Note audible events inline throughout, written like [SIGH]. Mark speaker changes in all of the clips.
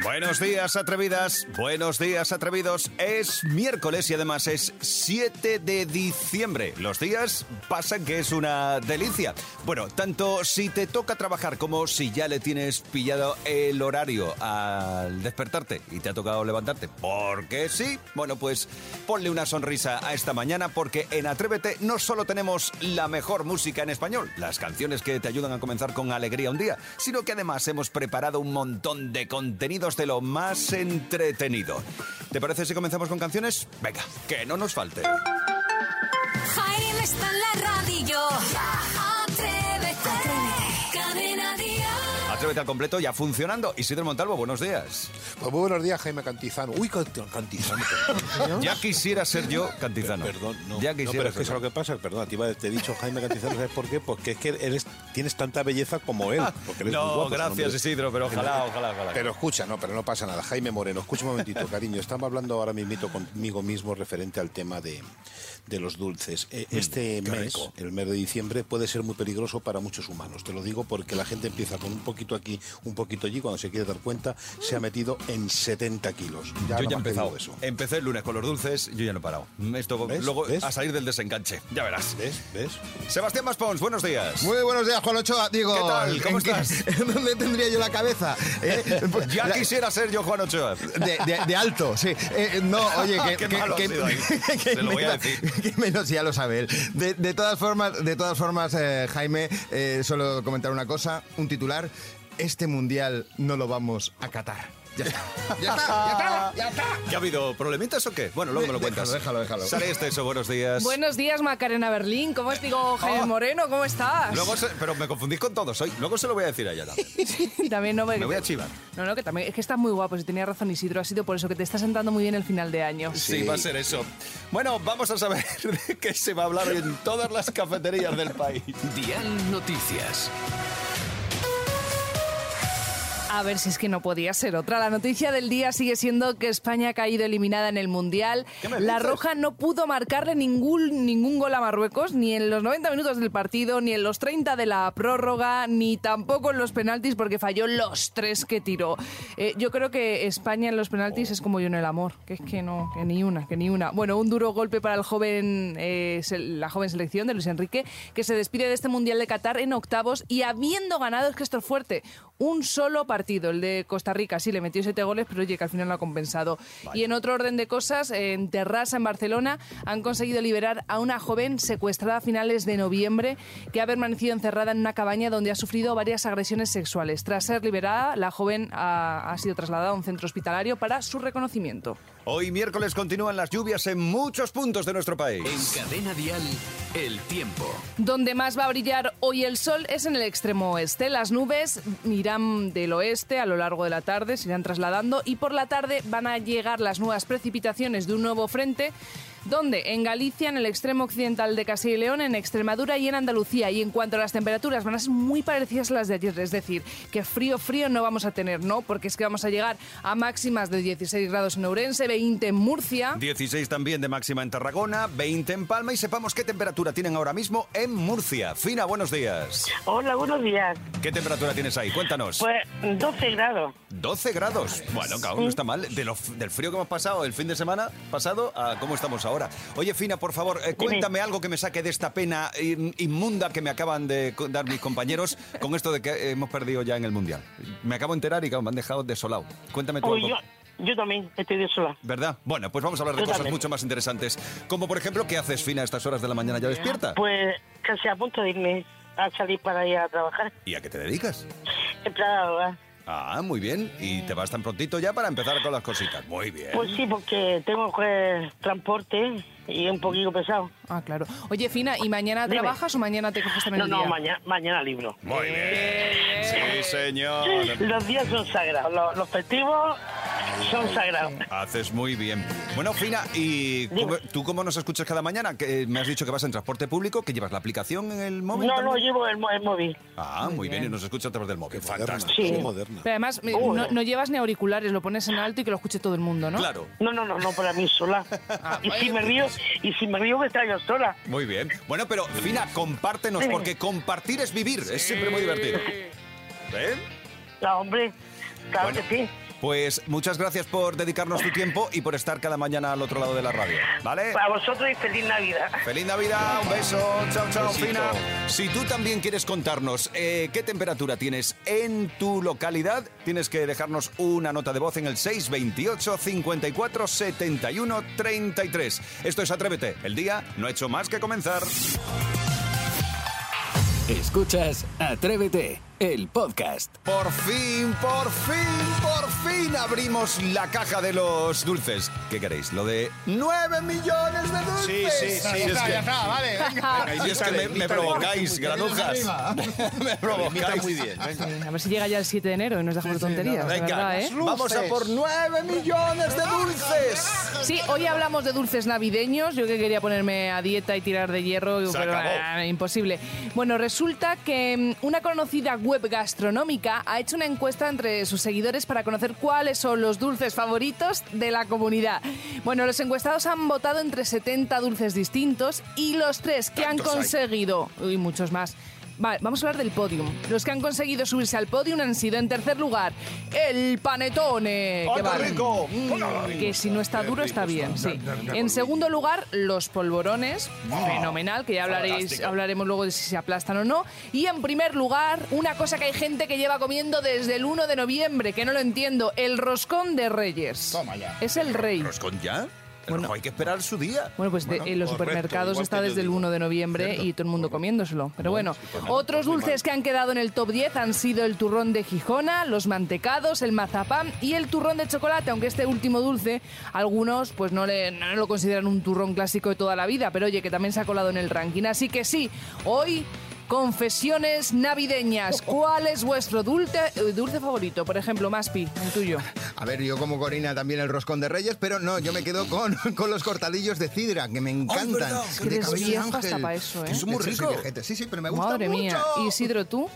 Speaker 1: Buenos días, atrevidas. Buenos días, atrevidos. Es miércoles y además es 7 de diciembre. Los días pasan que es una delicia. Bueno, tanto si te toca trabajar como si ya le tienes pillado el horario al despertarte y te ha tocado levantarte. Porque Eh, sí. Bueno, pues ponle una sonrisa a esta mañana porque en Atrévete no solo tenemos la mejor música en español, las canciones que te ayudan a comenzar con alegría un día, sino que además hemos preparado un montón de contenidos de lo más entretenido. ¿Te parece si comenzamos con canciones? Venga, que no nos falte.
Speaker 2: Jaén está en la radio. Atrévete. Cadena Dial.
Speaker 1: Atrévete al completo ya funcionando. Isidro Montalvo, buenos días.
Speaker 3: Pues muy buenos días, Jaime Cantizano. Uy, Cant- Cantizano. perdón.
Speaker 1: Ya quisiera ser yo cantizano.
Speaker 3: Perdón, no.
Speaker 1: Ya
Speaker 3: no,
Speaker 1: quisiera
Speaker 3: pero es que
Speaker 1: ser
Speaker 3: eso
Speaker 1: yo.
Speaker 3: es lo que pasa. Perdón, a ti va- te he dicho Jaime Cantizano, ¿sabes por qué? Porque es que eres, tienes tanta belleza como él. Porque él es muy
Speaker 1: Ah, No,
Speaker 3: guapo, es un
Speaker 1: gracias
Speaker 3: hombre-
Speaker 1: Isidro, pero ojalá, ojalá, ojalá.
Speaker 3: Pero escucha, no, pero no pasa nada. Jaime Moreno, escucha un momentito, cariño. Estamos hablando ahora mismito conmigo mismo referente al tema de, de los dulces. Eh, Este
Speaker 1: Mm, qué
Speaker 3: mes,
Speaker 1: rico.
Speaker 3: el mes de diciembre, puede ser muy peligroso para muchos humanos. Te lo digo porque la gente empieza con un poquito aquí, un poquito allí. Cuando se quiere dar cuenta, se ha metido en 70 kilos. Ya
Speaker 1: yo ya he
Speaker 3: no más te digo
Speaker 1: empezado.
Speaker 3: eso.
Speaker 1: Empecé el lunes con los dulces, yo ya no he parado. Esto
Speaker 3: ¿Ves?
Speaker 1: luego
Speaker 3: ¿Ves?
Speaker 1: a salir del desenganche, ya verás.
Speaker 3: ¿Ves? ¿Ves?
Speaker 1: Sebastián Maspons, buenos días.
Speaker 4: Muy buenos días, Juan Ochoa. Digo,
Speaker 1: ¿Qué tal? ¿Cómo
Speaker 4: ¿en qué-
Speaker 1: estás?
Speaker 4: [LAUGHS] ¿En dónde tendría yo la cabeza? ¿Eh?
Speaker 1: [LAUGHS]
Speaker 4: Pues,
Speaker 1: ya
Speaker 4: la-
Speaker 1: quisiera ser yo Juan Ochoa.
Speaker 4: de, de- de alto, sí. Eh,
Speaker 1: [LAUGHS]
Speaker 4: no, oye, que,
Speaker 1: Qué
Speaker 4: que-
Speaker 1: malo
Speaker 4: que-
Speaker 1: ha sido ahí.
Speaker 4: [LAUGHS] que
Speaker 1: Se lo voy a
Speaker 4: menos-
Speaker 1: decir.
Speaker 4: [LAUGHS] que menos ya lo sabe él. De, de todas formas, de todas formas eh, Jaime, eh, solo comentar una cosa, un titular. Este mundial no lo vamos a catar.
Speaker 1: [LAUGHS]
Speaker 4: Ya está, ya está, ya está, ya está.
Speaker 1: ¿Qué ha habido? ¿Problemitas o qué? Bueno, luego me lo
Speaker 4: Déjalo,
Speaker 1: cuentas.
Speaker 4: déjalo, déjalo.
Speaker 1: Sale este eso, buenos días. Oh.
Speaker 5: Buenos días, Macarena Berlín. ¿Cómo es? Digo, Jaime Moreno, ¿cómo estás?
Speaker 1: Luego se- pero me confundís con todos hoy. Luego se lo voy a decir a ella. también.
Speaker 5: [LAUGHS] también no me...
Speaker 1: Me voy a chivar.
Speaker 5: No, no, que también es que estás muy guapo. Si tenía razón Isidro, ha sido por eso que te está sentando muy bien el final de año.
Speaker 1: Sí, va a ser eso. Bueno, vamos a saber [LAUGHS] de qué se va a hablar hoy en todas las cafeterías del país.
Speaker 6: Dial Noticias.
Speaker 5: A ver si es que no podía ser otra. La noticia del día sigue siendo que España ha caído eliminada en el Mundial.
Speaker 1: ¿Qué me
Speaker 5: La
Speaker 1: dices?
Speaker 5: Roja no pudo marcarle ningún, ningún gol a Marruecos, ni en los 90 minutos del partido, ni en los 30 de la prórroga, ni tampoco en los penaltis, porque falló los tres que tiró. Eh, yo creo que España en los penaltis es como yo en el amor, que es que no, que ni una, que ni una. Bueno, un duro golpe para el joven, eh, se- la joven selección de Luis Enrique, que se despide de este Mundial de Qatar en octavos y habiendo ganado, es que esto es fuerte, un solo partido, el de Costa Rica, sí, le metió siete goles, pero oye, que al final lo ha compensado. Y en otro orden de cosas, en Terrassa, en Barcelona, han conseguido liberar a una joven secuestrada a finales de noviembre que ha permanecido encerrada en una cabaña donde ha sufrido varias agresiones sexuales. Tras ser liberada, la joven ha, ha sido trasladada a un centro hospitalario para su reconocimiento.
Speaker 1: Hoy miércoles continúan las lluvias en muchos puntos de nuestro
Speaker 6: En
Speaker 1: país.
Speaker 6: Cadena Dial, el tiempo.
Speaker 5: Donde más va a brillar hoy el sol es en el extremo oeste. Las nubes irán del oeste a lo largo de la tarde, se irán trasladando y por la tarde van a llegar las nuevas precipitaciones de un nuevo frente. Donde en Galicia, en el extremo occidental de Castilla y León, en Extremadura y en Andalucía. Y en cuanto a las temperaturas, van a ser muy parecidas a las de ayer. Es decir, que frío, frío no vamos a tener, ¿no? Porque es que vamos a llegar a máximas de 16 grados en Ourense, 20 en Murcia.
Speaker 1: 16 también de máxima en Tarragona, 20 en Palma y sepamos qué temperatura tienen ahora mismo en Murcia. Fina, buenos días.
Speaker 7: Hola, buenos días.
Speaker 1: ¿Qué temperatura tienes ahí? Cuéntanos.
Speaker 7: Pues 12 grados.
Speaker 1: 12 grados. Bueno, cabrón, no está mal. De lo- del frío que hemos pasado el fin de semana pasado a cómo estamos ahora. Oye, Fina, por favor, eh, cuéntame algo que me saque de esta pena in- inmunda que me acaban de co- dar mis compañeros con esto de que hemos perdido ya en el Mundial. Me acabo de enterar y claro, me han dejado desolado. Cuéntame tú
Speaker 7: Uy,
Speaker 1: algo.
Speaker 7: yo, yo también estoy de sola.
Speaker 1: ¿Verdad? Bueno, pues vamos a hablar de
Speaker 7: Yo
Speaker 1: cosas
Speaker 7: también.
Speaker 1: mucho más interesantes. Como por ejemplo, ¿qué haces, Fina, a estas horas de la mañana? ¿Ya despierta?
Speaker 7: Pues casi a punto de irme a salir para ir a trabajar. [LAUGHS]
Speaker 1: ¿Y a qué te dedicas?
Speaker 7: En plan, ahora.
Speaker 1: Ah, muy bien. ¿Y te vas tan prontito ya para empezar con las cositas? Muy bien.
Speaker 7: Pues sí, porque tengo que transporte y es un poquito pesado.
Speaker 5: Ah, claro. Oye, Fina, ¿y mañana
Speaker 7: Dime.
Speaker 5: trabajas o mañana te coges también
Speaker 7: No,
Speaker 5: el
Speaker 7: no,
Speaker 5: día?
Speaker 7: mañana, mañana libro.
Speaker 1: Muy bien. Sí, señor.
Speaker 7: Los días son sagrados, los, los festivos Son sagrados.
Speaker 1: Haces muy bien. Bueno, Fina, ¿y cómo- tú cómo nos escuchas cada mañana? Que eh, me has dicho que vas en transporte público, que llevas la aplicación en el móvil.
Speaker 7: No, no,
Speaker 1: también?
Speaker 7: llevo el, mo- el móvil.
Speaker 1: Ah, muy, bien.
Speaker 5: bien.
Speaker 1: y nos escucha a través del móvil.
Speaker 3: Qué moderna,
Speaker 1: Fantástico.
Speaker 7: Sí.
Speaker 3: qué moderna.
Speaker 5: Pero además, me-
Speaker 7: Uy.
Speaker 5: no, no llevas ni auriculares, lo pones en alto y que lo escuche todo el mundo, ¿no?
Speaker 1: Claro.
Speaker 7: No, no, no, no, para mí
Speaker 1: [LAUGHS]
Speaker 7: sola.
Speaker 1: Ah,
Speaker 7: y si me río, y si me río que está yo sola.
Speaker 1: Muy bien. Bueno, pero Fina, compártenos, porque compartir es vivir. Es siempre muy divertido. ¿Ven?
Speaker 7: La hombre, claro
Speaker 1: Bueno.
Speaker 7: que sí.
Speaker 1: Pues muchas gracias por dedicarnos tu tiempo y por estar cada mañana al otro lado de la radio. ¿Vale?
Speaker 7: Para vosotros y feliz Navidad.
Speaker 1: Feliz Navidad, un beso, chao, chao,
Speaker 3: Besito.
Speaker 1: Fina. Si tú también quieres contarnos eh, qué temperatura tienes en tu localidad, tienes que dejarnos una nota de voz en el 628 54 71 33. Esto es Atrévete, el día no ha hecho más que comenzar.
Speaker 6: Escuchas Atrévete, el podcast.
Speaker 1: Por fin, por fin, por fin abrimos la caja de los dulces. ¿Qué queréis? ¿Lo de 9 millones de
Speaker 3: Sí,
Speaker 1: dulces?
Speaker 3: sí, sí. es que-
Speaker 4: vale, venga.
Speaker 1: Venga, y es que me, me provocáis, granujas. [LAUGHS] me
Speaker 3: Imita
Speaker 1: provocáis.
Speaker 3: muy bien.
Speaker 5: Sí, A ver si llega ya el 7 de enero y nos dejamos de tonterías, de verdad, ¿eh?
Speaker 1: vamos a por 9 millones de dulces.
Speaker 5: Sí, hoy hablamos de dulces navideños. Yo que quería ponerme a dieta y tirar de hierro,
Speaker 1: Se
Speaker 5: pero
Speaker 1: acabó.
Speaker 5: ah, imposible. Bueno, resulta que mm, una conocida web gastronómica ha hecho una encuesta entre sus seguidores para conocer cuáles son los dulces favoritos de la comunidad. Bueno, los encuestados han votado entre 70 dulces distintos y los tres que han
Speaker 1: Tantos hay.
Speaker 5: conseguido, y muchos más. Vale, vamos a hablar del podium. Los que han conseguido subirse al podium han sido, en tercer lugar, el panetone.
Speaker 1: ¡Ah,
Speaker 5: que
Speaker 1: qué
Speaker 5: va-
Speaker 1: rico!
Speaker 5: Mm, que si no está duro está bien, sí. En segundo lugar, los polvorones,
Speaker 4: Mm.
Speaker 5: fenomenal, que ya hablaréis, hablaremos luego de si se aplastan o no. Y en primer lugar, una cosa que hay gente que lleva comiendo desde el 1 de noviembre, que no lo entiendo, el roscón de Reyes.
Speaker 4: Toma ya.
Speaker 5: Es el rey.
Speaker 1: ¿Roscón ya? El rojo hay que esperar su día.
Speaker 5: Bueno, pues de- en
Speaker 3: correcto,
Speaker 5: los supermercados
Speaker 3: igual
Speaker 5: está
Speaker 3: que yo
Speaker 5: desde el
Speaker 3: digo.
Speaker 5: 1 de noviembre y todo el mundo comiéndoselo. Pero bueno,
Speaker 3: nada,
Speaker 5: otros dulces que han quedado en el top 10 han sido el turrón de Gijona, los mantecados, el mazapán y el turrón de chocolate, aunque este último dulce algunos pues no, le, no lo consideran un turrón clásico de toda la vida, pero oye, que también se ha colado en el ranking. Así que sí, hoy...
Speaker 3: [LAUGHS]
Speaker 5: Confesiones navideñas. ¿Cuál es vuestro dulce, eh, dulce favorito? Por ejemplo, Maspi, el
Speaker 3: [LAUGHS]
Speaker 5: tuyo.
Speaker 4: A ver, yo como Corina también el roscón de Reyes, pero no, yo me quedo con, [LAUGHS] con los cortadillos de sidra, que me encantan.
Speaker 1: verdad,
Speaker 5: que eres viejo hasta pa'
Speaker 4: para
Speaker 5: eso, ¿eh?
Speaker 4: Es muy rico. Sí, sí, pero me gusta
Speaker 5: Madre
Speaker 4: mucho.
Speaker 5: mía. Isidro, tú.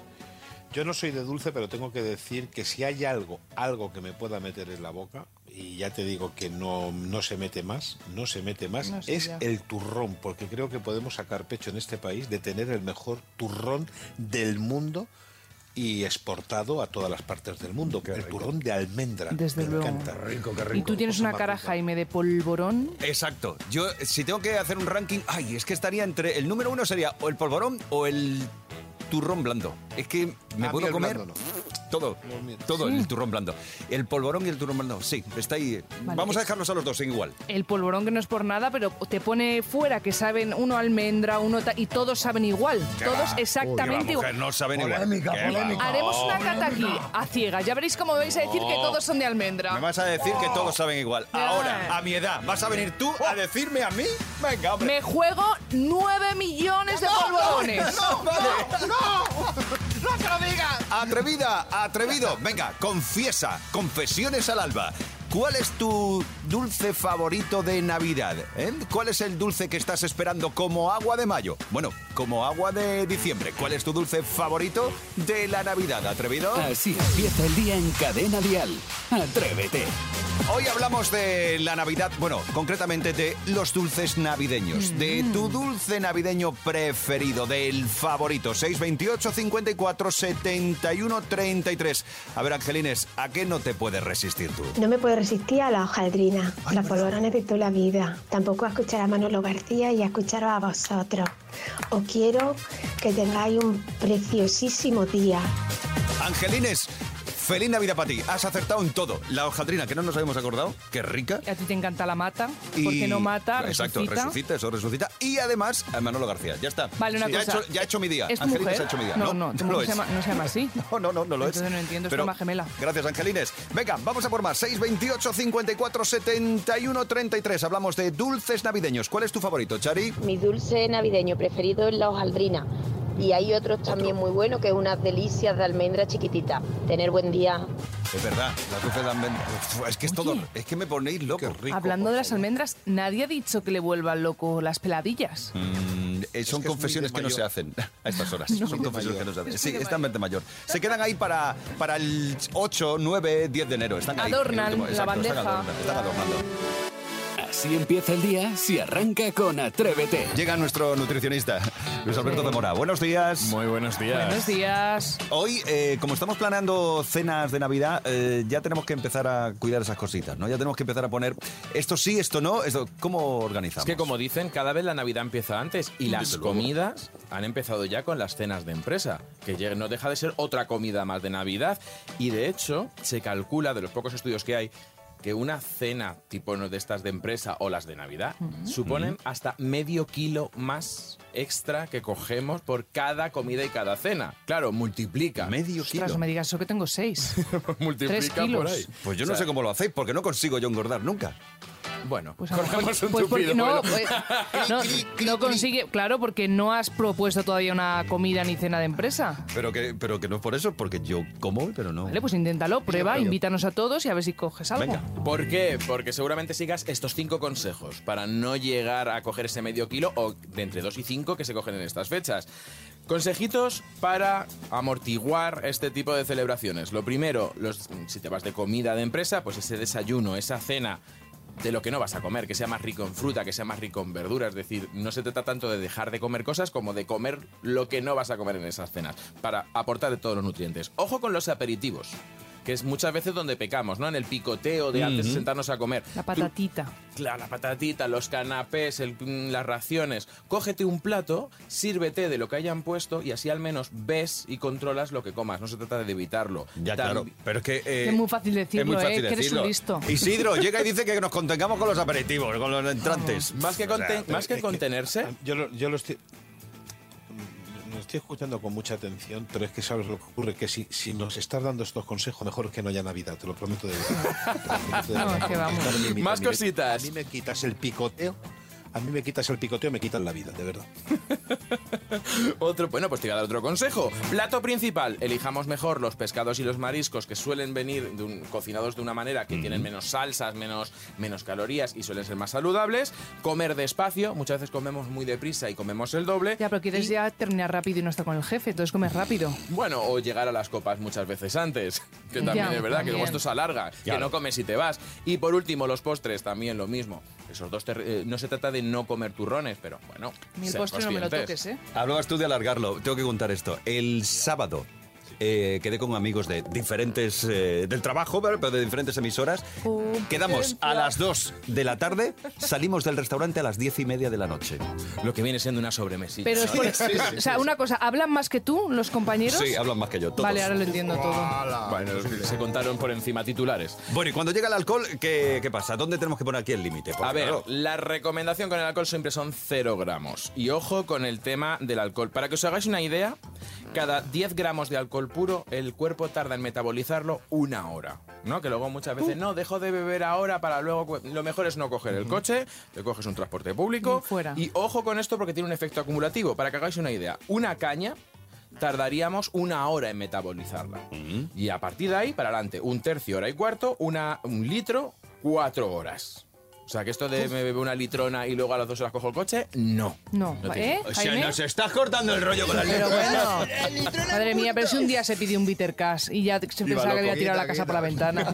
Speaker 3: Yo no soy de dulce, pero tengo que decir que si hay algo, algo que me pueda meter en la boca, y ya te digo que no, no se mete más, no se mete más,
Speaker 5: No sé
Speaker 3: es
Speaker 5: ya.
Speaker 3: el turrón, porque creo que podemos sacar pecho en este país de tener el mejor turrón del mundo y exportado a todas las partes del mundo. el turrón de almendra.
Speaker 5: Desde
Speaker 3: me
Speaker 5: luego.
Speaker 3: encanta.
Speaker 5: Y tú tienes
Speaker 3: Cosa
Speaker 5: una
Speaker 3: más
Speaker 5: cara,
Speaker 3: rica.
Speaker 5: Jaime, de polvorón.
Speaker 1: Exacto. Yo, si tengo que hacer un ranking, ay, es que estaría entre. El número uno sería o el polvorón o el turrón blando. Es que me
Speaker 3: A mí
Speaker 1: puedo
Speaker 3: el
Speaker 1: comer
Speaker 3: blando
Speaker 1: todo. Todo el turrón blando. El polvorón y el turrón blando. Sí, está ahí.
Speaker 5: Vale.
Speaker 1: Vamos a dejarlos a los dos en igual.
Speaker 5: El polvorón que no es por nada, pero te pone fuera que saben uno almendra, uno ta- y todos saben igual. Todos exactamente
Speaker 1: Mujer,
Speaker 5: igual.
Speaker 1: no saben
Speaker 4: Polémica,
Speaker 1: igual. ¿Qué va?
Speaker 4: polémica.
Speaker 5: Haremos una cata aquí, a ciegas. Ya veréis cómo me vais a decir que todos son de almendra.
Speaker 1: Me vas a decir que todos saben igual.
Speaker 5: Ya.
Speaker 1: Ahora, a mi edad, ¿vas a venir tú a decirme a mí? Venga, hombre.
Speaker 5: Me juego 9 millones de polvorones.
Speaker 1: Atrevida, atrevido. Venga, confiesa, confesiones al alba. ¿Cuál es tu dulce favorito de Navidad? eh? ¿Cuál es el dulce que estás esperando como agua de mayo? Bueno, como agua de diciembre. ¿Cuál es tu dulce favorito de la Navidad, atrevido?
Speaker 6: Así empieza el día en cadena dial. Atrévete.
Speaker 1: Hoy hablamos de la Navidad, bueno, concretamente de los dulces navideños, de
Speaker 5: Mm.
Speaker 1: tu dulce navideño preferido, del favorito, 628 54 71 33. A ver, Angelines, ¿a qué no te puedes resistir tú?
Speaker 8: No me puedo resistir a la hojaldrina, los polvorones de toda la vida. Tampoco a escuchar a Manolo García y a escucharos a vosotros. Os quiero que tengáis un preciosísimo día.
Speaker 1: Angelines, feliz Navidad para ti. Has acertado en todo. La hojaldrina, que no nos habíamos acordado, qué rica.
Speaker 5: A ti te encanta la mata,
Speaker 1: Y-
Speaker 5: Eh, porque no mata,
Speaker 1: Exacto,
Speaker 5: resucita.
Speaker 1: eso resucita. Y además, a Manolo García, ya está.
Speaker 5: Vale, una
Speaker 1: ya
Speaker 5: cosa.
Speaker 1: He hecho, ya he hecho mi día.
Speaker 5: ¿Es tu
Speaker 1: Angelines
Speaker 5: mujer?
Speaker 1: ha hecho mi día.
Speaker 5: No,
Speaker 1: No,
Speaker 5: no, tu
Speaker 1: lo
Speaker 5: mujer
Speaker 1: es.
Speaker 5: se llama- no se
Speaker 1: [LAUGHS]
Speaker 5: llama así.
Speaker 1: No, no, no, no lo es.
Speaker 5: Entonces no entiendo, es forma gemela.
Speaker 1: Gracias, Angelines. Venga, vamos a por más. 628 54 71 33. Hablamos de dulces navideños. ¿Cuál es tu favorito, Chari?
Speaker 9: Mi dulce navideño preferido es la hojaldrina, Y hay otros también muy buenos, que es unas delicias de almendra chiquitita. Tener buen día.
Speaker 1: Es verdad, las luces dan ven- Uf, Es que es todo. Es que me ponéis loco.
Speaker 5: Hablando de las almendras, nadie ha dicho que le vuelvan loco las peladillas.
Speaker 1: Mm, eh, son
Speaker 3: muy
Speaker 1: confesiones
Speaker 3: de
Speaker 1: que no
Speaker 3: mayor.
Speaker 1: se hacen a estas
Speaker 5: [LAUGHS]
Speaker 1: horas.
Speaker 3: muy
Speaker 1: son
Speaker 3: de
Speaker 1: confesiones
Speaker 3: mayor.
Speaker 1: que no se hacen. Sí, están mente mayor. Se quedan ahí para, para el 8, 9, 10 de enero. Están ahí. el
Speaker 5: Adornan la
Speaker 1: están
Speaker 5: bandeja.
Speaker 1: adornando, están adornando.
Speaker 6: Así empieza el día si arranca con Atrévete.
Speaker 1: Llega nuestro nutricionista, Luis Alberto de Mora. Buenos días.
Speaker 10: Muy buenos días.
Speaker 5: Buenos días.
Speaker 1: Hoy, eh, como estamos planeando cenas de Navidad, eh, ya tenemos que empezar a cuidar esas cositas, ¿no? Ya tenemos que empezar a poner esto sí, esto no, esto, ¿cómo
Speaker 10: Es
Speaker 1: organizamos?
Speaker 10: que como dicen, cada vez la Navidad empieza antes y las
Speaker 1: Desde luego.
Speaker 10: comidas han empezado ya con las cenas de empresa, que lleg- no deja de ser otra comida más de Navidad y de hecho se calcula de los pocos estudios que hay que una cena tipo no, de estas de empresa o las de Navidad suponen hasta medio kilo más extra que cogemos por cada comida y cada cena. Claro, multiplica.
Speaker 1: medio
Speaker 5: Ostras,
Speaker 1: kilo.
Speaker 5: no me digas eso que tengo seis.
Speaker 10: [LAUGHS] multiplica
Speaker 5: Tres
Speaker 10: por
Speaker 5: kilos.
Speaker 10: ahí.
Speaker 1: Pues yo
Speaker 10: O
Speaker 1: no
Speaker 10: sea,
Speaker 1: sé cómo lo hacéis, porque no consigo yo engordar nunca.
Speaker 10: Bueno,
Speaker 5: Pues a lo mejor-
Speaker 10: cogemos un
Speaker 5: pues porque-
Speaker 10: tupido
Speaker 5: no,
Speaker 10: velo.
Speaker 5: pues, no, no consigue, claro, porque no has propuesto todavía una comida ni cena de empresa.
Speaker 1: Pero que, pero que no es por eso, porque yo como, pero no.
Speaker 5: Vale, pues inténtalo, prueba, invítanos a todos y a ver si coges algo.
Speaker 1: Venga.
Speaker 10: ¿Por qué? Porque seguramente sigas estos cinco consejos para no llegar a coger ese medio kilo o de entre dos y cinco que se cogen en estas fechas. Consejitos para amortiguar este tipo de celebraciones. Lo primero, los, si te vas de comida de empresa, pues ese desayuno, esa cena de lo que no vas a comer, que sea más rico en fruta, que sea más rico en verduras. Es decir, no se trata tanto de dejar de comer cosas como de comer lo que no vas a comer en esas cenas, para aportar todos los nutrientes. Ojo con los aperitivos, que es muchas veces donde pecamos, ¿no? En el picoteo de antes de sentarnos a comer.
Speaker 5: La
Speaker 10: Tú-
Speaker 5: patatita.
Speaker 10: Claro, la patatita, los canapés, el- mm, las raciones. Cógete un plato, sírvete de lo que hayan puesto y así al menos ves y controlas lo que comas. No se trata de evitarlo.
Speaker 1: Ya,
Speaker 10: Tam-
Speaker 1: claro. Pero es que. eh,
Speaker 5: Es muy fácil
Speaker 1: es muy
Speaker 5: decirlo,
Speaker 1: fácil
Speaker 5: ¿eh? Que eres
Speaker 1: decirlo.
Speaker 5: un listo.
Speaker 1: Isidro llega y dice que nos contengamos con los aperitivos, con los entrantes.
Speaker 10: Más que,
Speaker 1: O sea,
Speaker 10: conten- más que contenerse,
Speaker 3: Yo lo, yo lo estoy. Lo estoy escuchando con mucha atención, pero es que sabes lo que ocurre, que si, si nos estás dando estos consejos, mejor que no haya Navidad, te lo prometo de verdad. Te lo prometo de
Speaker 5: No,
Speaker 3: verdad,
Speaker 5: es que
Speaker 3: porque
Speaker 5: [LAUGHS] vamos.
Speaker 3: estar limitando-
Speaker 10: Más cositas.
Speaker 3: A mí me quitas el picoteo, a mí me quitas el picoteo, me quitan la vida, de verdad.
Speaker 10: Otro, bueno, pues te voy a dar otro consejo. Plato principal, elijamos mejor los pescados y los mariscos que suelen venir de un- cocinados de una manera que tienen menos salsas, menos, menos calorías y suelen ser más saludables. Comer despacio, muchas veces comemos muy deprisa y comemos el doble.
Speaker 5: Ya, pero quieres
Speaker 10: Y,
Speaker 5: ya terminar rápido y no estar con el jefe, entonces comes rápido.
Speaker 10: Bueno, o llegar a las copas muchas veces antes, [LAUGHS] que también
Speaker 5: Ya,
Speaker 10: es verdad, que
Speaker 5: también.
Speaker 10: luego esto se alarga, que no comes y te vas. Y por último, los postres, también lo mismo. Esos dos, ter- eh, no se trata de no comer turrones, pero bueno.
Speaker 5: Ni el
Speaker 10: ser
Speaker 5: postre no me lo
Speaker 10: conscientes.
Speaker 5: toques, ¿eh?
Speaker 1: Hablabas tú de alargarlo. Tengo que contar esto. El sábado eh, quedé con amigos de diferentes. eh, del trabajo, pero pero de diferentes emisoras.
Speaker 5: Oh,
Speaker 1: Quedamos a las 2 de la tarde, salimos del restaurante a las 10 y media de la noche.
Speaker 10: Lo que viene siendo una sobremesita.
Speaker 5: Pero es por- O sea, una cosa, ¿hablan más que tú los compañeros?
Speaker 1: Sí, hablan más que yo, todos.
Speaker 5: Vale, ahora lo entiendo todo.
Speaker 10: Bueno, se contaron por encima titulares.
Speaker 1: Bueno, y cuando llega el alcohol, ¿qué, qué pasa? ¿Dónde tenemos que poner aquí el límite? Porque,
Speaker 10: A ver,
Speaker 1: claro,
Speaker 10: la recomendación con el alcohol siempre son 0 gramos. Y ojo con el tema del alcohol. Para que os hagáis una idea, cada 10 gramos de alcohol puro, el cuerpo tarda en metabolizarlo una hora. ¿No? Que luego muchas veces, no, dejo de beber ahora para luego... cu-". Lo mejor es no coger el coche, te coges un transporte público.
Speaker 5: Y fuera.
Speaker 10: Y ojo con esto porque tiene un efecto acumulativo. Para que hagáis una idea, una caña tardaríamos una hora en metabolizarla.
Speaker 5: Mm.
Speaker 10: Y a partir de ahí, para adelante, un tercio, hora y cuarto, una, un litro, cuatro horas. O sea, que esto de me bebo una litrona y luego a las dos horas cojo el coche, no.
Speaker 5: No,
Speaker 10: tiene-
Speaker 5: ¿eh? Jaime?
Speaker 1: estás cortando el rollo con la
Speaker 5: Pero bueno, madre mía, pero si un día se pidió un bitter cash y ya se pensaba que había tirado la casa por la ventana.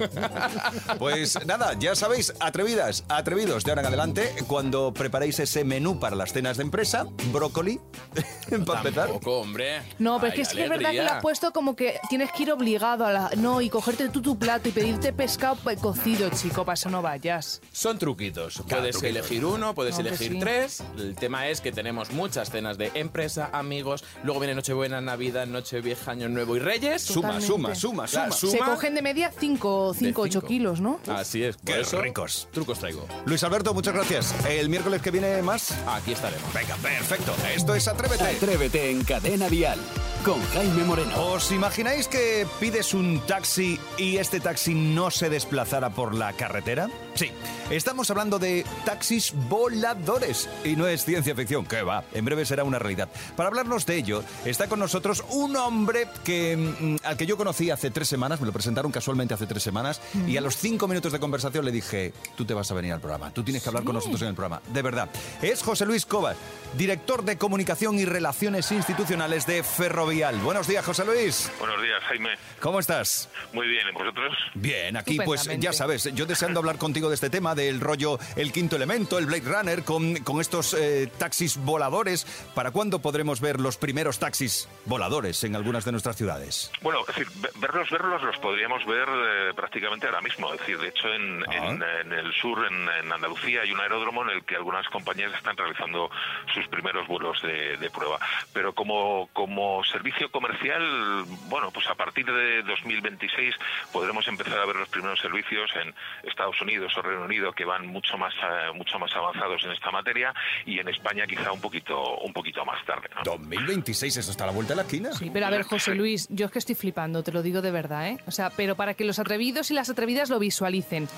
Speaker 5: [LAUGHS]
Speaker 1: Pues nada, ya sabéis, atrevidas, atrevidos de ahora en adelante, cuando preparéis ese menú para las cenas de empresa, brócoli, [LAUGHS] para empezar.
Speaker 10: Tampoco, hombre.
Speaker 5: No, pero
Speaker 10: Ay,
Speaker 5: es que sí que es verdad que
Speaker 10: alegría.
Speaker 5: lo has puesto como que tienes que ir obligado a la... No, y cogerte tú tu plato y pedirte pescado pe- cocido, chico, para eso no vayas.
Speaker 10: Son truquitos. Puedes elegir uno, puedes
Speaker 5: No, que
Speaker 10: elegir
Speaker 5: sí.
Speaker 10: tres. El tema es que tenemos muchas cenas de empresa, amigos. Luego viene Nochebuena, Navidad, Nochevieja, Año Nuevo y Reyes.
Speaker 1: Suma,
Speaker 5: Totalmente.
Speaker 1: suma, suma, suma.
Speaker 10: La suma
Speaker 5: Se cogen de media 5
Speaker 10: de
Speaker 5: 5 8
Speaker 10: cinco. Ah.
Speaker 5: kilos, ¿no?
Speaker 10: Así es. por
Speaker 1: Qué
Speaker 10: eso,
Speaker 1: ricos.
Speaker 10: Trucos traigo. Ah,
Speaker 1: Luis Alberto, muchas gracias. El miércoles que viene más.
Speaker 10: Aquí estaremos.
Speaker 1: Venga, perfecto. Esto es Atrévete.
Speaker 6: Atrévete en Cadena Dial.
Speaker 1: con Jaime Moreno. ¿Os imagináis que pides un taxi y este taxi no se desplazara por la carretera? Sí, estamos hablando de taxis voladores y no es ciencia ficción, que va, en breve será una realidad. Para hablarnos de ello, está con nosotros un hombre que, mm, al que yo conocí hace tres semanas, me lo presentaron casualmente hace tres semanas, y a los cinco minutos de conversación le dije, tú te vas a venir al programa, tú tienes que hablar con nosotros en el programa, de verdad. Es José Luis Cobas, director de Comunicación y Relaciones Institucionales de Ferrovial. Buenos días, José Luis.
Speaker 11: Buenos días, Jaime.
Speaker 1: ¿Cómo estás?
Speaker 11: Muy bien, ¿y vosotros?
Speaker 1: Bien, aquí pues ya sabes, yo deseando hablar contigo de este tema, del rollo El Quinto Elemento, el Blade Runner, con, con estos eh, taxis voladores. ¿Para cuándo podremos ver los primeros taxis voladores en algunas de nuestras ciudades?
Speaker 11: Bueno, es decir, ve- verlos, verlos los podríamos ver eh, prácticamente ahora mismo. Es decir, de hecho, en, en- en el sur, en, en Andalucía, hay un aeródromo en el que algunas compañías están realizando sus primeros vuelos de, de prueba. Pero como, como servicio comercial, bueno, pues a partir de 2026 podremos empezar a ver los primeros servicios en Estados Unidos o Reino Unido que van mucho más, eh, mucho más avanzados en esta materia y en España quizá un poquito, un poquito más tarde. ¿no?
Speaker 1: 2026, eso está a la vuelta de la esquina.
Speaker 5: Sí, pero a ver, José Luis, yo es que estoy flipando, te lo digo de verdad, ¿eh? O sea, pero para que los atrevidos y las atrevidas lo visualicen,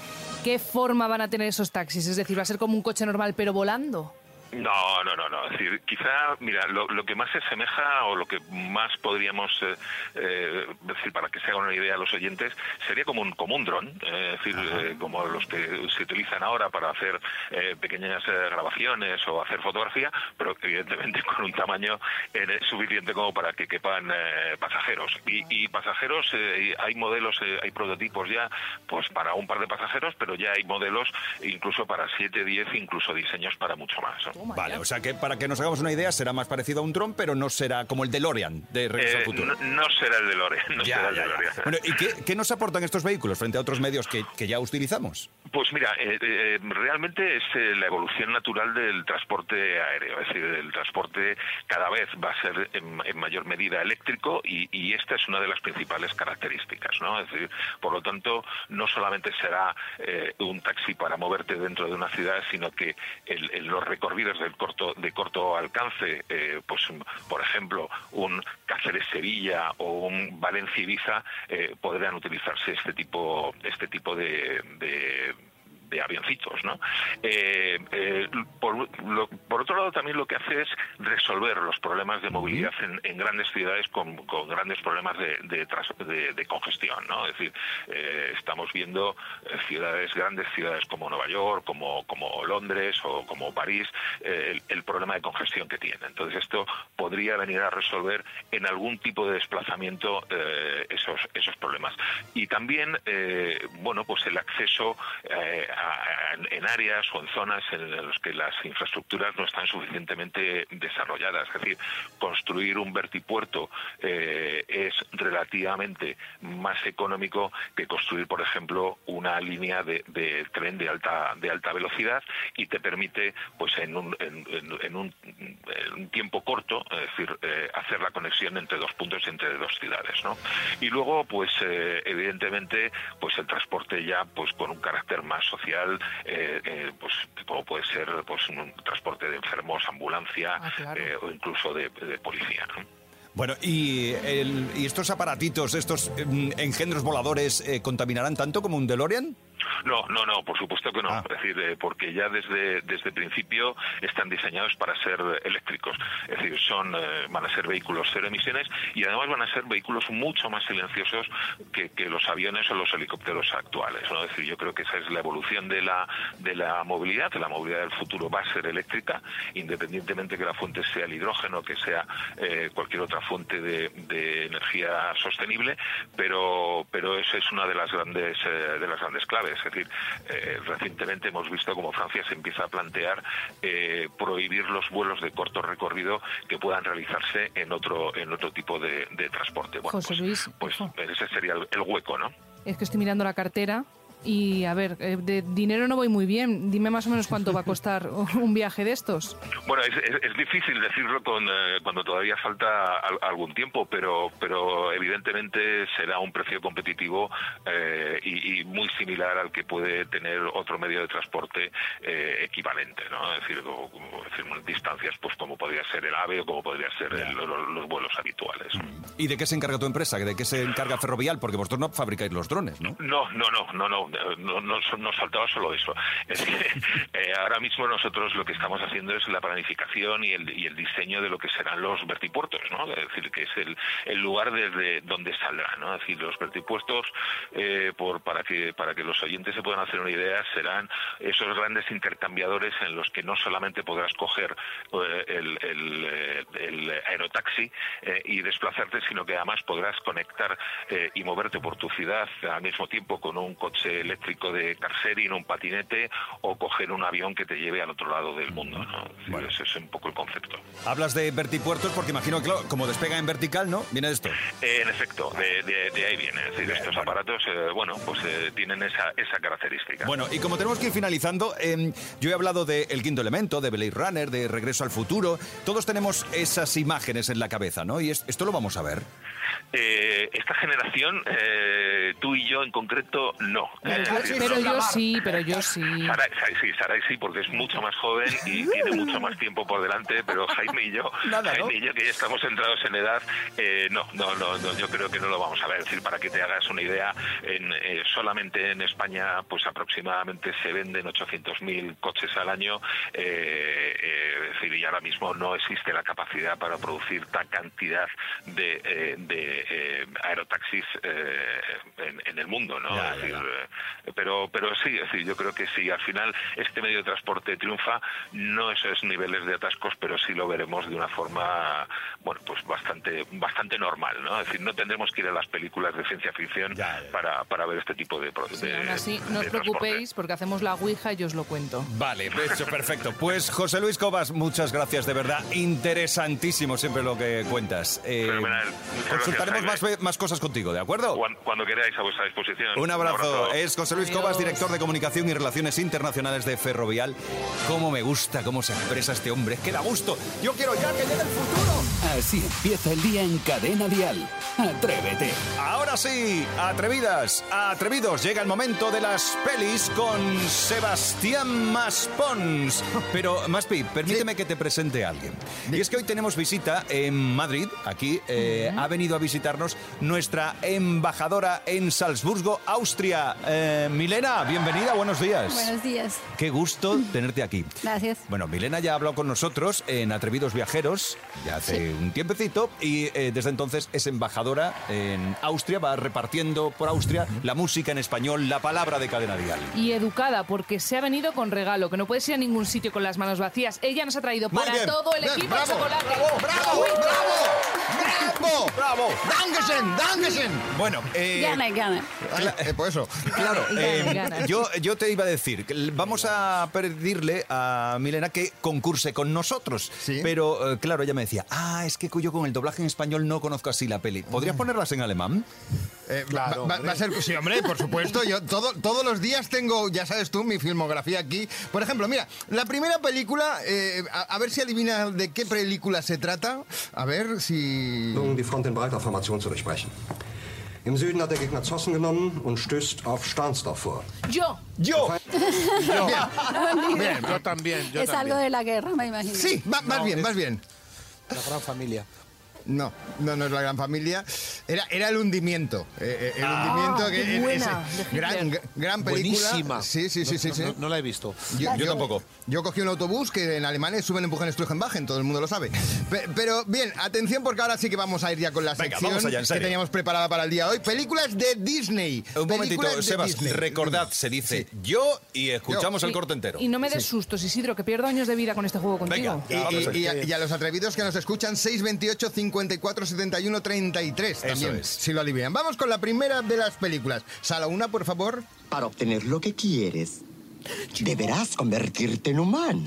Speaker 5: ¿qué forma van a tener esos taxis? Es decir, ¿va a ser como un coche normal, pero volando?
Speaker 11: No, no, no, no. Es decir, quizá, mira, lo, lo que más se asemeja o lo que más podríamos eh, eh, decir para que se hagan una idea los oyentes sería como un, como un dron, eh, es decir, eh, como los que se utilizan ahora para hacer eh, pequeñas eh, grabaciones o hacer fotografía, pero evidentemente [LAUGHS] con un tamaño eh, suficiente como para que quepan eh, pasajeros. Y, y pasajeros, eh, y hay modelos, eh, hay prototipos ya, pues para un par de pasajeros, pero ya hay modelos incluso para 7, 10, incluso diseños para mucho más. ¿no?
Speaker 1: Vale, o sea que para que nos hagamos una idea, será más parecido a un dron, pero no será como el DeLorean de Regreso
Speaker 11: Eh,
Speaker 1: al Futuro.
Speaker 11: No, no será el de Lore, [LAUGHS] no
Speaker 1: Ya,
Speaker 11: será el
Speaker 1: ya,
Speaker 11: de
Speaker 1: ya.
Speaker 11: Lore.
Speaker 1: Bueno, ¿y qué, qué nos aportan estos vehículos frente a otros medios que, que ya utilizamos?
Speaker 11: Pues mira, eh, eh, realmente es eh, la evolución natural del transporte aéreo, es decir, el transporte cada vez va a ser en, en mayor medida eléctrico y, y esta es una de las principales características, ¿no? Es decir, por lo tanto, no solamente será eh, un taxi para moverte dentro de una ciudad, sino que el- el- los recorridos del corto, de corto alcance, eh, pues un- por ejemplo, un Cáceres-Sevilla o un Valencia-Ibiza eh, podrán utilizarse este tipo, este tipo de- de de avioncitos, ¿no? Eh, eh, por, lo- por otro lado, también lo que hace es resolver los problemas de movilidad en, en grandes ciudades con, con grandes problemas de, de tras- de- de congestión, ¿no? Es decir, eh, estamos viendo eh, ciudades, grandes ciudades como Nueva York, como, como Londres o como París, eh, el, el problema de congestión que tiene. Entonces, esto podría venir a resolver en algún tipo de desplazamiento eh, esos, esos problemas. Y también, eh, bueno, pues el acceso eh, a- a- en áreas o en zonas en las que las infraestructuras no están suficientemente desarrolladas. Es decir, construir un vertipuerto eh, es relativamente más económico que construir, por ejemplo, una línea de, de tren de alta, de alta velocidad y te permite, pues, en un, en- en- en un- en un tiempo corto, es decir, eh, hacer la conexión entre dos puntos, entre dos ciudades, ¿no? Y luego, pues, eh, evidentemente, pues el transporte ya, pues, con un carácter más social, eh, eh, pues, como puede ser, pues, un transporte de enfermos, ambulancia
Speaker 5: Ah,
Speaker 11: eh, o incluso de, de policía, ¿no?
Speaker 1: Bueno, y, el- y estos aparatitos, estos em, engendros voladores, eh, ¿contaminarán tanto como un DeLorean? Ah.
Speaker 11: No, no, no, por supuesto que no. Es decir, eh, porque ya desde, desde el principio están diseñados para ser eléctricos. Es decir, son, eh, van a ser vehículos cero emisiones y además van a ser vehículos mucho más silenciosos que, que los aviones o los helicópteros actuales. ¿no? Es decir, yo creo que esa es la evolución de la, de la movilidad. La movilidad del futuro va a ser eléctrica, independientemente que la fuente sea el hidrógeno, que sea eh, cualquier otra fuente de, de energía sostenible, pero, pero esa es una de las grandes, eh, de las grandes claves. Es decir, eh, recientemente hemos visto como Francia se empieza a plantear eh, prohibir los vuelos de corto recorrido que puedan realizarse en otro, en otro tipo de, de transporte. Bueno,
Speaker 5: José Luis,
Speaker 11: pues ese sería el, el hueco, ¿no?
Speaker 5: es que estoy mirando la cartera Y a ver, eh, de dinero no voy muy bien. Dime más o menos cuánto va a costar [LAUGHS] un viaje de estos.
Speaker 11: Bueno, es, es- es difícil decirlo con, eh, cuando todavía falta al- algún tiempo, pero, pero evidentemente será un precio competitivo eh, y, y muy similar al que puede tener otro medio de transporte eh, equivalente, ¿no? Es decir, o- o- es decir, distancias pues como podría ser el AVE o como podría ser el- lo- lo- los vuelos habituales.
Speaker 1: ¿Y de qué se encarga tu empresa? ¿De qué se encarga Ferrovial? Porque vosotros no fabricáis los drones, ¿no?
Speaker 11: No, no, no, no, no, no, no, so- nos faltaba solo eso. Es que, eh, ahora mismo nosotros lo que estamos haciendo es la planificación y el, y el diseño de lo que serán los vertipuertos, ¿no? Es decir, que es el, el lugar desde donde saldrá, ¿no? Es decir, los vertipuertos, eh, por, para, que, para que los oyentes se puedan hacer una idea, serán esos grandes intercambiadores en los que no solamente podrás coger eh, el, el, eh, el aerotaxi eh, y desplazarte, sino que además podrás conectar eh, y moverte por tu ciudad al mismo tiempo con un coche eléctrico de car sharing, un patinete o coger un avión que te lleve al otro lado del mundo. ¿no? Es decir, Ese es un poco el concepto.
Speaker 1: Hablas de vertipuertos porque imagino que, claro, como despega en vertical, ¿no? Viene esto.
Speaker 11: Eh, en efecto, de, de- de ahí viene. Es decir, estos aparatos, eh, bueno, pues eh, tienen esa, esa característica.
Speaker 1: Bueno, y como tenemos que ir finalizando, em, yo he hablado de El Quinto Elemento, de Blade Runner, de Regreso al Futuro. Todos tenemos esas imágenes en la cabeza, ¿no? Y es- esto lo vamos a ver.
Speaker 11: Eh, esta generación, eh, tú y yo en concreto, no. Eh, es decir,
Speaker 5: Pero
Speaker 11: no-
Speaker 5: yo sí, pero yo sí.
Speaker 11: Saray, Saray sí, Saray sí, porque es mucho más joven y tiene mucho más tiempo por delante, pero Jaime y yo,
Speaker 1: Nada, ¿no?
Speaker 11: Jaime y yo que ya estamos entrados en edad, eh, no, no, no, no, yo creo que no lo vamos a ver. Es decir, para que te hagas una idea, en, eh, solamente en España, pues aproximadamente se venden 800.000 coches al año, eh, eh, es decir, y ahora mismo no existe la capacidad para producir tal cantidad de, eh, de, eh, aerotaxis eh, en, en el mundo, ¿no?
Speaker 12: Ya,
Speaker 11: Es
Speaker 12: ya, ya.
Speaker 11: decir, eh, pero pero sí, es decir, yo creo que si al final este medio de transporte triunfa, no esos niveles de atascos, pero sí lo veremos de una forma, bueno, pues bastante bastante normal, ¿no? Es decir, no tendremos que ir a las películas de ciencia ficción Para, para ver este tipo de... pro- de-
Speaker 5: Aún así, no os
Speaker 11: de transporte.
Speaker 5: preocupéis porque hacemos la ouija y os lo cuento.
Speaker 1: Vale, hecho, perfecto. Pues José Luis Cobas, muchas gracias, de verdad. Interesantísimo siempre lo que cuentas. Eh,
Speaker 11: Fenomenal. Muchas
Speaker 1: consultaremos
Speaker 11: gracias,
Speaker 1: más, ve- más cosas contigo, ¿de acuerdo?
Speaker 11: Cuan- Cuando queráis, a vuestra disposición.
Speaker 1: Un abrazo. Es José Luis Cobas, director de Comunicación y Relaciones Internacionales de Ferrovial. Cómo me gusta cómo se expresa este hombre. Es que da gusto. Yo quiero ya que llegue el futuro.
Speaker 6: Así empieza el día en Cadena Dial. Atrévete.
Speaker 1: Ahora sí, atrevidas, atrevidos, llega el momento de las pelis con Sebastián Maspons. Pero, Maspi, permíteme que te presente a alguien. Y es que hoy tenemos visita en Madrid, aquí eh, ha venido a visitarnos nuestra embajadora en Salzburgo, Austria. Eh, Milena, bienvenida, buenos días.
Speaker 13: Buenos días.
Speaker 1: Qué gusto tenerte aquí.
Speaker 13: Gracias.
Speaker 1: Bueno, Milena ya ha hablado con nosotros en Atrevidos Viajeros ya hace un tiempecito y eh, desde entonces es embajadora en Austria, va repartiendo por Austria la música en español, la palabra de cadena dial.
Speaker 5: Y educada, porque se ha venido con regalo, que no puedes ir a ningún sitio con las manos vacías. Ella nos ha traído
Speaker 2: Muy
Speaker 5: para
Speaker 2: bien.
Speaker 5: todo el
Speaker 2: Bien,
Speaker 5: equipo
Speaker 2: bravo,
Speaker 5: chocolate.
Speaker 2: bravo, bravo,
Speaker 4: ¡Bravo!
Speaker 1: ¡Bravo!
Speaker 4: ¡Dankeschön! ¡Dankeschön!
Speaker 1: Bueno, eh,
Speaker 13: Gana, gana.
Speaker 4: Cla- eh, por eso.
Speaker 1: Claro,
Speaker 13: Gana,
Speaker 1: eh,
Speaker 13: gana.
Speaker 1: yo, yo te iba a decir, que l- vamos a pedirle a Milena que concurse con nosotros. Pero eh, claro, ella me decía, ah, es que yo con el doblaje en español no conozco así la peli. ¿Podrías ponerlas en alemán?
Speaker 4: Eh, va- va, va a ser, sí, hombre, por supuesto. Yo todo, todos los días tengo, ya sabes tú, mi filmografía aquí. Por ejemplo, mira, la primera película, eh, a, a ver si adivina de qué película se trata. A ver si.
Speaker 14: die Front in breiter Formation zu durchbrechen. Im Süden hat der Gegner Zossen genommen und stößt auf Stahnsdorf vor.
Speaker 5: Yo.
Speaker 1: Yo.
Speaker 3: [LAUGHS]
Speaker 14: Yo.
Speaker 13: Bien.
Speaker 14: Bien, yo también, yo
Speaker 13: es
Speaker 14: también.
Speaker 13: algo de la guerra, me imagino.
Speaker 4: Sí, va- más bien, más bien.
Speaker 3: La gran familia.
Speaker 4: No, no, no es la gran familia. Era, era el hundimiento. eh, eh, el hundimiento
Speaker 3: Ah, qué
Speaker 4: que
Speaker 3: buena,
Speaker 4: ese-
Speaker 3: de
Speaker 4: gran,
Speaker 3: Hitler.
Speaker 4: gran película.
Speaker 3: Buenísima.
Speaker 4: Sí, sí, sí,
Speaker 3: No-
Speaker 4: sí.
Speaker 3: no-
Speaker 4: sí.
Speaker 3: no- no la he visto.
Speaker 4: Yo,
Speaker 3: Yo tampoco.
Speaker 4: Yo cogí un autobús que en Alemania suben, empujan, estrujan, bajen, todo el mundo lo sabe. Pe- pero bien, atención porque ahora sí que vamos a ir ya con la
Speaker 1: Venga,
Speaker 4: sección
Speaker 1: vamos allá, en
Speaker 4: que
Speaker 1: serio.
Speaker 4: teníamos preparada para el día de hoy. Películas de Disney.
Speaker 1: Un
Speaker 4: Películas
Speaker 1: momentito,
Speaker 4: de
Speaker 1: Sebas,
Speaker 4: Disney.
Speaker 1: recordad, se dice yo y escuchamos el
Speaker 5: Y-
Speaker 1: corte entero.
Speaker 5: Y no me des sustos, Isidro, que pierdo años de vida con este juego contigo.
Speaker 4: Y, y- y a, y a los atrevidos Ah, pues que nos escuchan, 628 54 71 33 también,
Speaker 15: es.
Speaker 4: si lo alivian. Vamos con la primera de las películas. Sala una, por favor.
Speaker 15: Para obtener lo que quieres, deberás convertirte en humano.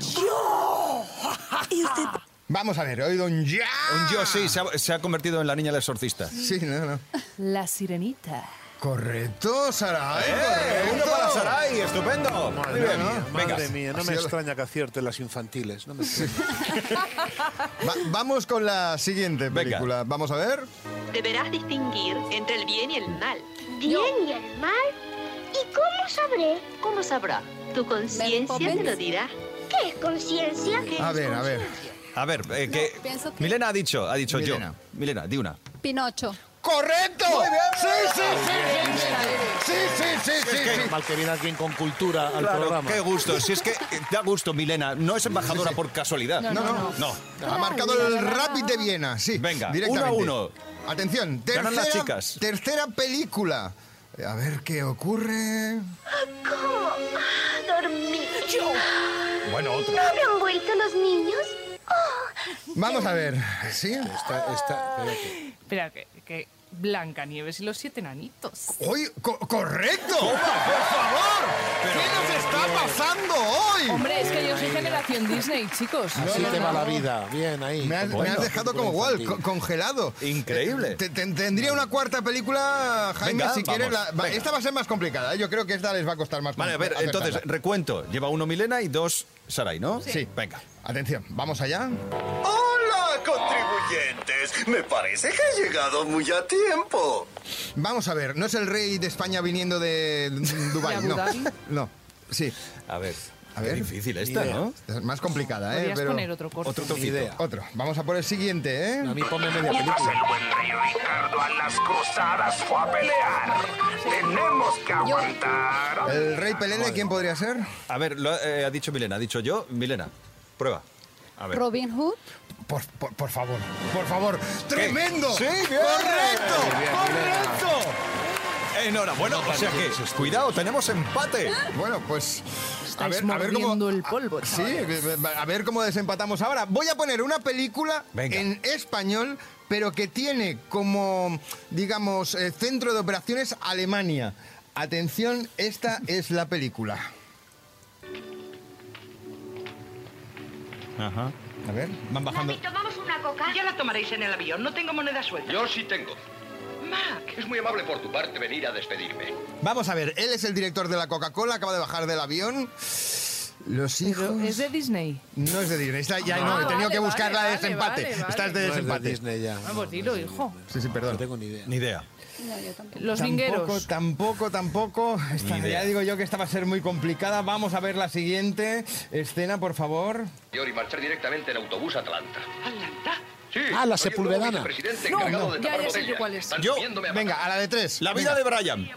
Speaker 4: Vamos a ver, hoy don ya.
Speaker 1: Un yo sí, se ha, se ha convertido en la niña del exorcista.
Speaker 4: Sí, no, no.
Speaker 5: La sirenita.
Speaker 4: Correcto, Saray.
Speaker 1: ¡Eh!
Speaker 4: correcto.
Speaker 1: Uno para Saray, estupendo.
Speaker 3: Madre
Speaker 1: Muy bien.
Speaker 3: mía,
Speaker 1: Venga.
Speaker 3: madre mía, no
Speaker 4: Así
Speaker 3: me
Speaker 4: es.
Speaker 3: extraña que acierte las infantiles. No me extraña.
Speaker 4: Va- vamos con la siguiente película. Vamos a ver.
Speaker 12: Deberás distinguir entre el bien y el mal.
Speaker 16: Bien y el mal. ¿Y cómo sabré? ¿Cómo sabrá? Tu conciencia
Speaker 12: Ven,
Speaker 16: te lo
Speaker 12: ven.
Speaker 16: dirá. ¿Qué es conciencia?
Speaker 1: A ver, a ver. A ver, eh, que...
Speaker 13: pienso que-
Speaker 1: Milena ha dicho, ha dicho
Speaker 4: Milena.
Speaker 1: yo. Milena, di una.
Speaker 13: Pinocho.
Speaker 4: ¡Correcto! Sí, sí, sí, sí, sí, sí, sí, sí, sí.
Speaker 3: Mal que viene alguien con cultura al
Speaker 1: Claro,
Speaker 3: programa.
Speaker 1: qué gusto. Si es
Speaker 3: [LAUGHS]
Speaker 1: que eh, da gusto, Milena. No es embajadora por casualidad.
Speaker 4: No, no, no. Ha marcado el Rapid de Viena, sí.
Speaker 1: Venga,
Speaker 4: directamente.
Speaker 1: uno a uno.
Speaker 4: Atención, tercera,
Speaker 1: Ganan las chicas.
Speaker 4: tercera película. A ver qué ocurre.
Speaker 16: ¿Cómo? Dormí. Yo.
Speaker 4: Bueno,
Speaker 16: Ah, ¿No habrán vuelto los niños? Oh.
Speaker 4: Vamos a ver. Sí.
Speaker 5: Espera, que, que Blanca Nieves y los siete nanitos.
Speaker 4: Hoy, co- correcto.
Speaker 5: Toma,
Speaker 4: ¿Qué nos está pasando hoy?
Speaker 5: Hombre, es que yo soy generación Disney, chicos.
Speaker 3: Así te va la vida. ¿eh? Bien, ahí.
Speaker 4: Me has, me has dejado como igual, co- congelado. Eh,
Speaker 1: Increíble.
Speaker 4: Te- te- tendría una cuarta película, Jaime,
Speaker 1: Venga,
Speaker 4: si quieres.
Speaker 1: vamos,
Speaker 4: la- va-
Speaker 1: venga.
Speaker 4: esta va a ser más complicada. ¿eh? Yo creo que esta les va a costar más.
Speaker 1: Vale, a ver,
Speaker 4: acertarla.
Speaker 1: entonces, recuento. Lleva uno Milena y dos Sarai, ¿no?
Speaker 4: Sí. Sí.
Speaker 1: Venga.
Speaker 4: Atención, vamos allá.
Speaker 17: Hola, contribuyentes. Me parece que he llegado muy a tiempo.
Speaker 4: Vamos a ver, no es el rey de España viniendo
Speaker 5: [LAUGHS]
Speaker 4: de Dubái,
Speaker 5: ¿De Abu
Speaker 4: no.
Speaker 5: Dhabi?
Speaker 4: No, sí.
Speaker 1: A ver.
Speaker 4: A ver.
Speaker 1: difícil
Speaker 4: Ni
Speaker 1: esta,
Speaker 4: idea.
Speaker 1: ¿no?
Speaker 4: Es más complicada, ¿eh?
Speaker 5: ¿Oh? Podrías
Speaker 4: Pero-
Speaker 5: poner otro corte.
Speaker 4: Otro
Speaker 5: Ni
Speaker 4: trocito.
Speaker 5: idea.
Speaker 4: Otro. Vamos a por el siguiente, ¿eh? A mí ponme media
Speaker 17: El buen rey Ricardo a las cruzadas fue a pelear. Tenemos que aguantar.
Speaker 4: El rey Pelele, ¿quién podría ser?
Speaker 1: A ver, lo, eh, ha dicho Milena, ha dicho yo. Milena, prueba. A ver.
Speaker 13: Robin Hood.
Speaker 4: Por, por- por favor, por favor. ¡Tremendo!
Speaker 1: Sí, bien.
Speaker 4: ¡Correcto!
Speaker 1: Muy bien,
Speaker 4: ¡Correcto!
Speaker 1: Enhorabuena, o sea que, cuidado, tenemos empate.
Speaker 4: Bueno, pues. A
Speaker 5: Estáis
Speaker 4: ver, a ver cómo.
Speaker 5: mordiendo el polvo,
Speaker 4: Sí,
Speaker 5: chavales.
Speaker 4: a ver cómo desempatamos ahora. Voy a poner una película
Speaker 1: Venga.
Speaker 4: en español, pero que tiene como, digamos, eh, centro de operaciones Alemania. Atención,
Speaker 5: [LAUGHS]
Speaker 4: esta es la película.
Speaker 1: Ajá.
Speaker 4: A ver, van bajando.
Speaker 12: ¿Tomamos una coca? Ya la tomaréis en el avión. No tengo moneda suelta.
Speaker 18: Yo sí tengo. Mac, es muy amable por tu parte venir a despedirme.
Speaker 4: Vamos a ver, él es el director de la Coca-Cola, acaba de bajar del avión. Los hijos.
Speaker 5: ¿Es de Disney?
Speaker 4: No es de Disney. Esta ya
Speaker 5: Ah,
Speaker 4: no, he tenido
Speaker 5: vale,
Speaker 4: que buscar
Speaker 5: vale,
Speaker 4: la de
Speaker 5: vale,
Speaker 4: desempate.
Speaker 5: vale, vale.
Speaker 4: Esta es de
Speaker 5: No es de
Speaker 4: desempate.
Speaker 3: Disney ya.
Speaker 5: Vamos, dilo, hijo.
Speaker 4: Sí, sí, perdón.
Speaker 3: No tengo ni idea.
Speaker 1: Ni idea.
Speaker 13: No, yo tampoco.
Speaker 5: Los
Speaker 4: tampoco,
Speaker 5: vingueros.
Speaker 4: tampoco, tampoco. Esta-
Speaker 1: Ni idea.
Speaker 4: ya digo yo que esta va a ser muy complicada. Vamos a ver la siguiente escena, por favor.
Speaker 18: Yo y marchar directamente en autobús a Atlanta. ¿Atlanta? Sí.
Speaker 4: Ah, la
Speaker 18: soy el
Speaker 4: Sepulvedana.
Speaker 18: nuevo vicepresidente
Speaker 5: No,
Speaker 18: encargado
Speaker 5: no,
Speaker 18: de
Speaker 5: ya,
Speaker 18: tapar
Speaker 5: ya sé yo
Speaker 18: botellas.
Speaker 5: cuál es.
Speaker 18: Están
Speaker 1: Yo,
Speaker 18: comiéndome a
Speaker 4: Venga, a la de tres.
Speaker 1: La vida de Brian.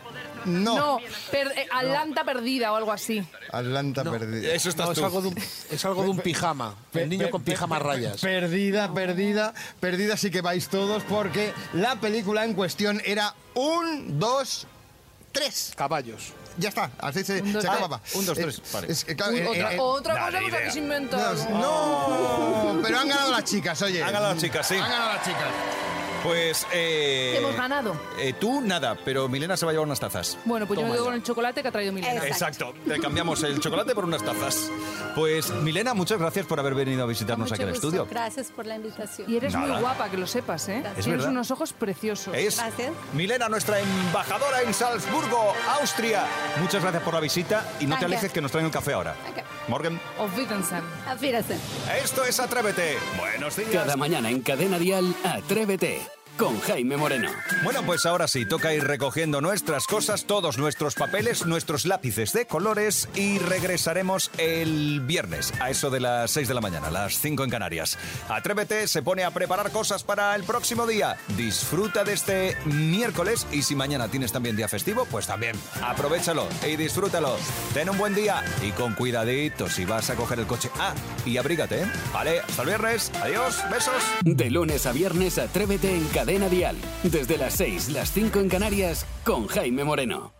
Speaker 4: No.
Speaker 5: No, per- eh, Atlanta perdida o algo así.
Speaker 4: Atlanta perdida.
Speaker 1: Eso estás
Speaker 3: No, es
Speaker 1: tú.
Speaker 3: algo de un, es algo de un pijama. El niño con pijama a rayas.
Speaker 4: Perdida, perdida, perdida sí que vais todos porque la película en cuestión era un, dos, tres.
Speaker 3: Caballos.
Speaker 4: Ya está, así se,
Speaker 5: Un, dos,
Speaker 4: se
Speaker 5: tres.
Speaker 4: acababa.
Speaker 1: Un, dos,
Speaker 4: Eh,
Speaker 1: tres, vale.
Speaker 4: es que, claro,
Speaker 5: Un-
Speaker 4: eh,
Speaker 5: otra
Speaker 4: eh,
Speaker 5: otra
Speaker 1: nada,
Speaker 5: cosa que os
Speaker 1: idea.
Speaker 5: habéis inventado.
Speaker 1: [LAUGHS]
Speaker 4: No, no, pero han ganado las chicas, oye.
Speaker 1: Han ganado las chicas, sí.
Speaker 4: Han ganado las chicas.
Speaker 1: Pues. Eh,
Speaker 5: Hemos ganado.
Speaker 1: eh, tú nada, pero Milena se va a llevar unas tazas.
Speaker 5: Bueno, pues yo
Speaker 1: Toma
Speaker 5: me quedo
Speaker 1: ya.
Speaker 5: con el chocolate que ha traído Milena.
Speaker 1: Exacto. Le cambiamos el chocolate por unas tazas. Pues, Milena, muchas gracias por haber venido a visitarnos
Speaker 13: Mucho
Speaker 1: aquí al
Speaker 13: gusto.
Speaker 1: estudio.
Speaker 13: Gracias por la invitación.
Speaker 5: Y eres
Speaker 1: Nada.
Speaker 5: muy guapa, que lo sepas, ¿eh?
Speaker 1: Es
Speaker 5: Tienes
Speaker 1: verdad.
Speaker 5: unos ojos preciosos.
Speaker 1: Es
Speaker 13: Gracias.
Speaker 1: Milena, nuestra embajadora en Salzburgo, Austria. Muchas gracias por la visita y no te
Speaker 13: Danke.
Speaker 1: alejes que nos traen el café ahora.
Speaker 13: Danke.
Speaker 1: Morgan,
Speaker 5: Auf Wiedersehen.
Speaker 13: Auf Wiedersehen.
Speaker 1: esto es Atrévete. Buenos días.
Speaker 6: Cada mañana en Cadena Dial, Atrévete con Jaime Moreno.
Speaker 1: Bueno, pues ahora sí, toca ir recogiendo nuestras cosas, todos nuestros papeles, nuestros lápices de colores y regresaremos el viernes a eso de las 6 de la mañana, las 5 en Canarias. Atrévete, se pone a preparar cosas para el próximo día. Disfruta de este miércoles y si mañana tienes también día festivo, pues también aprovechalo y disfrútalo. Ten un buen día y con cuidadito si vas a coger el coche. Ah, y abrígate, ¿eh? Vale, hasta el viernes. Adiós, besos.
Speaker 6: De lunes a viernes, Atrévete en Cadena Dial. Desde las 6, las 5 en Canarias, con Jaime Moreno.